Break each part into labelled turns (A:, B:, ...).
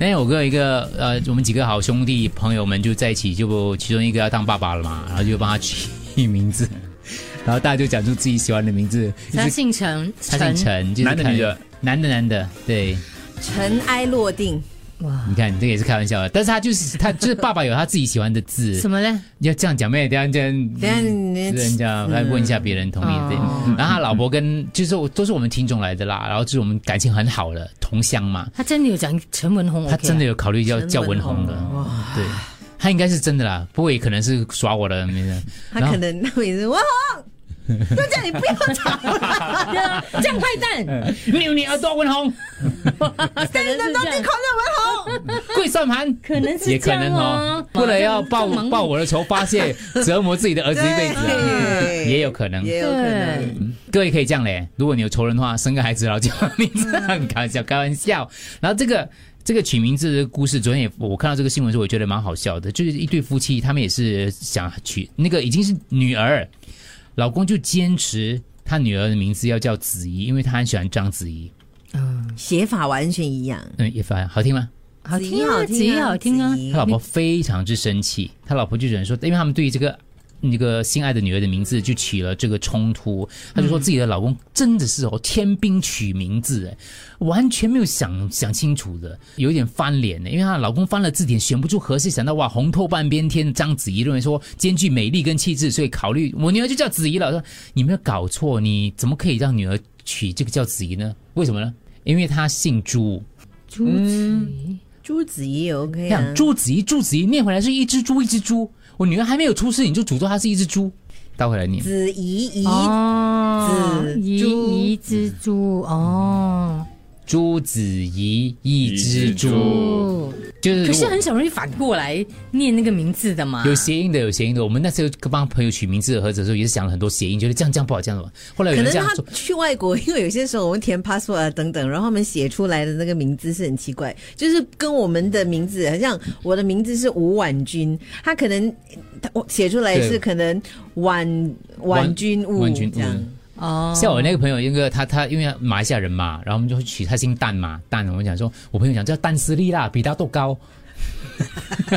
A: 那哎我跟一个呃，我们几个好兄弟朋友们就在一起，就其中一个要当爸爸了嘛，然后就帮他取名字，然后大家就讲出自己喜欢的名 字，就
B: 他
A: 是
B: 姓陈，
A: 他姓陈，就是
C: 男的
A: 看
C: 女的，
A: 男的男的，对，
D: 尘埃落定，
A: 你看这个也是开玩笑的，但是他就是他就是爸爸有他自己喜欢的
B: 什
A: 字，
B: 么呢？
A: 要这样讲妹，等一下这样
D: 等一下哦你
A: 人家来问一下别人同意对，然后他老婆跟就是我都是我们听众来的啦，然后就是我们感情很好的同乡嘛，
B: 他真的有讲陈文红，啊
A: 他真的有考虑要
D: 陈
A: 叫
D: 文
A: 文红
D: 宏
A: 的，对，他应该是真的啦，不过也可能是耍我的名字。
D: 他
A: 然后
D: 可能那也是哇，就叫你不要吵了，
B: 酱派蛋，
A: 六年耳朵文红，
B: 可能是
D: 到
B: 这
D: 底
B: 样
D: 考，那文红，
A: 跪算盘，
B: 可能是
A: 也
B: 这
A: 可
B: 样
A: 能哦，为了要报报我的仇，发泄折磨自己的儿子一辈子啊，
D: 对
A: 也有可能。
D: 也有可能。
B: 对，
A: 各位可以这样嘞，如果你有仇人的话，生个孩子然后叫你这样开玩笑，开玩笑。然后这个这个取名字的故事，昨天也我看到这个新闻的时候，我觉得蛮好笑的，就是一对夫妻，他们也是想取那个已经是女儿，老公就坚持他女儿的名字要叫子怡，因为他很喜欢章子怡。
D: 写法完全一样，
A: 嗯，也反好听吗？
B: 好
D: 子怡
B: 听啊，子怡好听啊
D: 子，怡
A: 他老婆非常之生气，他老婆就只能说，因为他们对于这个那个心爱的女儿的名字就起了这个冲突，他就说自己的老公真的是哦天兵取名字，哎，完全没有想想清楚的，有一点翻脸呢，因为她的老公翻了字典选不出合适，想到哇红透半边天，章子怡认为说兼具美丽跟气质，所以考虑我女儿就叫子怡了，我说你没有搞错，你怎么可以让女儿取这个叫子怡呢？为什么呢？因为她姓朱。
B: 朱子怡，
D: 朱子怡也 OK 啊
A: 像，朱子怡，朱子怡念回来是一只猪，一只猪。我女儿还没有出世，你就诅咒她是一只猪，倒回来念。
D: 子怡怡
B: 啊哦
D: 子
B: 怡
D: 猪
B: 怡之猪，哦，
A: 朱子怡，一只猪，
B: 哦，
A: 就是
B: 可
A: 如
B: 是
A: 果
B: 很少人会反过来念那个名字的嘛，
A: 有谐音的，有谐音的。我们那时候帮朋友取名字的盒子的时候，也是想了很多谐音，觉得这样这样不好，这样的。后来有
D: 可
A: 人
D: 能
A: 这样
D: 他
A: 说，
D: 去外国， 因为有些时候我们填 passport 啊等等，然后他们写出来的那个名字是很奇怪，就是跟我们的名字，好像我的名字是吴婉君，他可能他我写出来
A: 对
D: 是可能婉婉君雾
A: 婉君雾
D: 嗯这样，
B: 哦，
A: 嗯像我那个朋友，一个他他因为马来西亚人嘛，然后我们就会取他姓蛋嘛，蛋。我们讲说，我朋友讲叫蛋斯利啦，比他都高。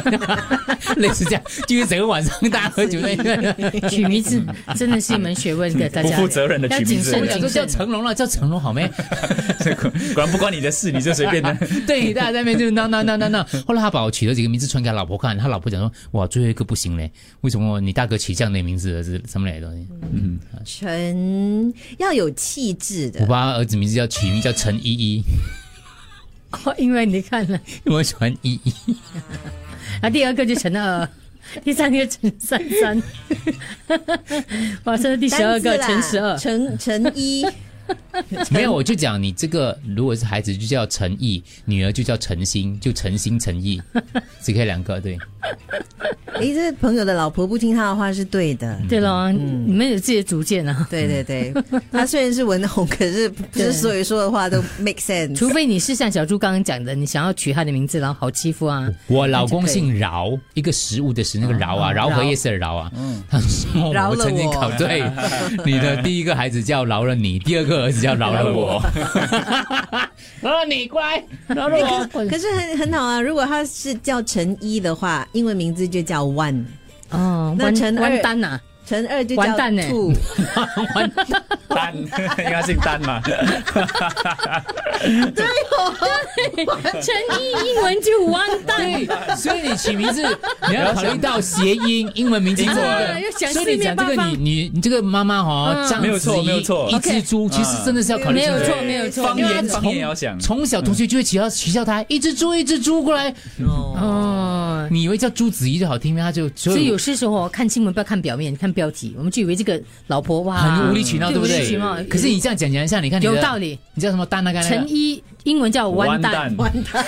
A: 类似这样，就是整个晚上大家喝酒在那边。
B: 取名字真的是一门 学问的，大家
C: 不负责任的取
B: 要
C: 名字
B: 谨
A: 我
B: 慎
A: 讲
B: 谨
A: 说叫
B: 慎。
A: 成龙了，叫成龙好没？
C: 果然不关你的事，你就随 便的。
A: 对，大家在那边就闹闹闹闹闹。后来他把我取了几个名字传给他老婆看，他老婆讲说：“哇，最后一个不行嘞，为什么你大哥取这样的名字是什么来的东西？”
D: 陈要有气质的
A: 我，把儿子名字叫取名叫陈依依，
B: 哦因为你看了，
A: 因为我喜欢依依。
B: 然后第二个就乘二， 第三个乘三三， 哇，这是第十二个
D: 单
B: 乘
D: 字
B: 十
D: 啦
B: 二，
D: 陈陈 一
A: 没有，我就讲你这个，如果是孩子就叫陈毅，女儿就叫陈心，就陈心陈毅，只可以两个对。
D: 诶，这朋友的老婆不听他的话是对的。
B: 对了，
A: 嗯
B: 你们有自己的主见啊。
D: 对对对，他虽然是文 红，可是不是所有说的话都 make
A: 嗯
D: sense。
B: 除非你是像小猪刚刚讲的，你想要取他的名字，然后好欺负啊，
A: 我老公姓饶，一个食物的食，那个饶啊，
B: 哦
A: 饶
B: 饶嗯
A: 河夜市的饶啊。 他说
D: 饶
A: 我
D: 了
A: 曾经
D: 我
A: 考 对，你的第一个孩子叫饶了你，第二个儿子叫饶了 我。饶了你过来，饶了 我。
D: 可是很很好啊，如果他是叫陈一的话，英文名字就叫 One，
A: 嗯
B: 哦，
D: 那
B: 完
D: 乘二
B: 完蛋呐、 啊，
D: 陈二就
B: 完
D: 叫
B: 蛋呢欸
D: Two，
C: 丹， 因为他姓丹嘛。
B: 陈毅英文就完蛋。
A: 所以你取名字，你要考虑到谐音，英文 名字
B: 啊
A: 做的
B: 要想。
A: 所以你讲这
B: 四面
A: 个，
B: 八
A: 你
B: 方
A: 你你这个妈妈哦，
B: 嗯
A: 章
C: 没有
A: 子
C: 错
A: 怡
C: 没有错
A: 一只
B: OK
A: 猪，其实真的是要考虑
B: 没
A: 清楚
B: 有
A: 的。
B: 错，没有错，
C: 方
B: 因为
C: 言
B: 他
C: 方言也要想。
A: 从小同学就会取笑取笑他，一只猪，一只猪过来。
B: 哦。
A: 你以为叫朱子怡就好听吗？他就所
B: 所以有些时候哦看新闻不要看表面，看标题，我们就以为这个老婆哇，
A: 很无理取闹，
B: 就
A: 对不
B: 无理取闹
A: 对？可是你这样讲讲一下，你看你的
B: 有道理。
A: 你叫什么蛋那个那
B: 陈
A: 个？
B: 一英文叫完蛋，
C: 完蛋，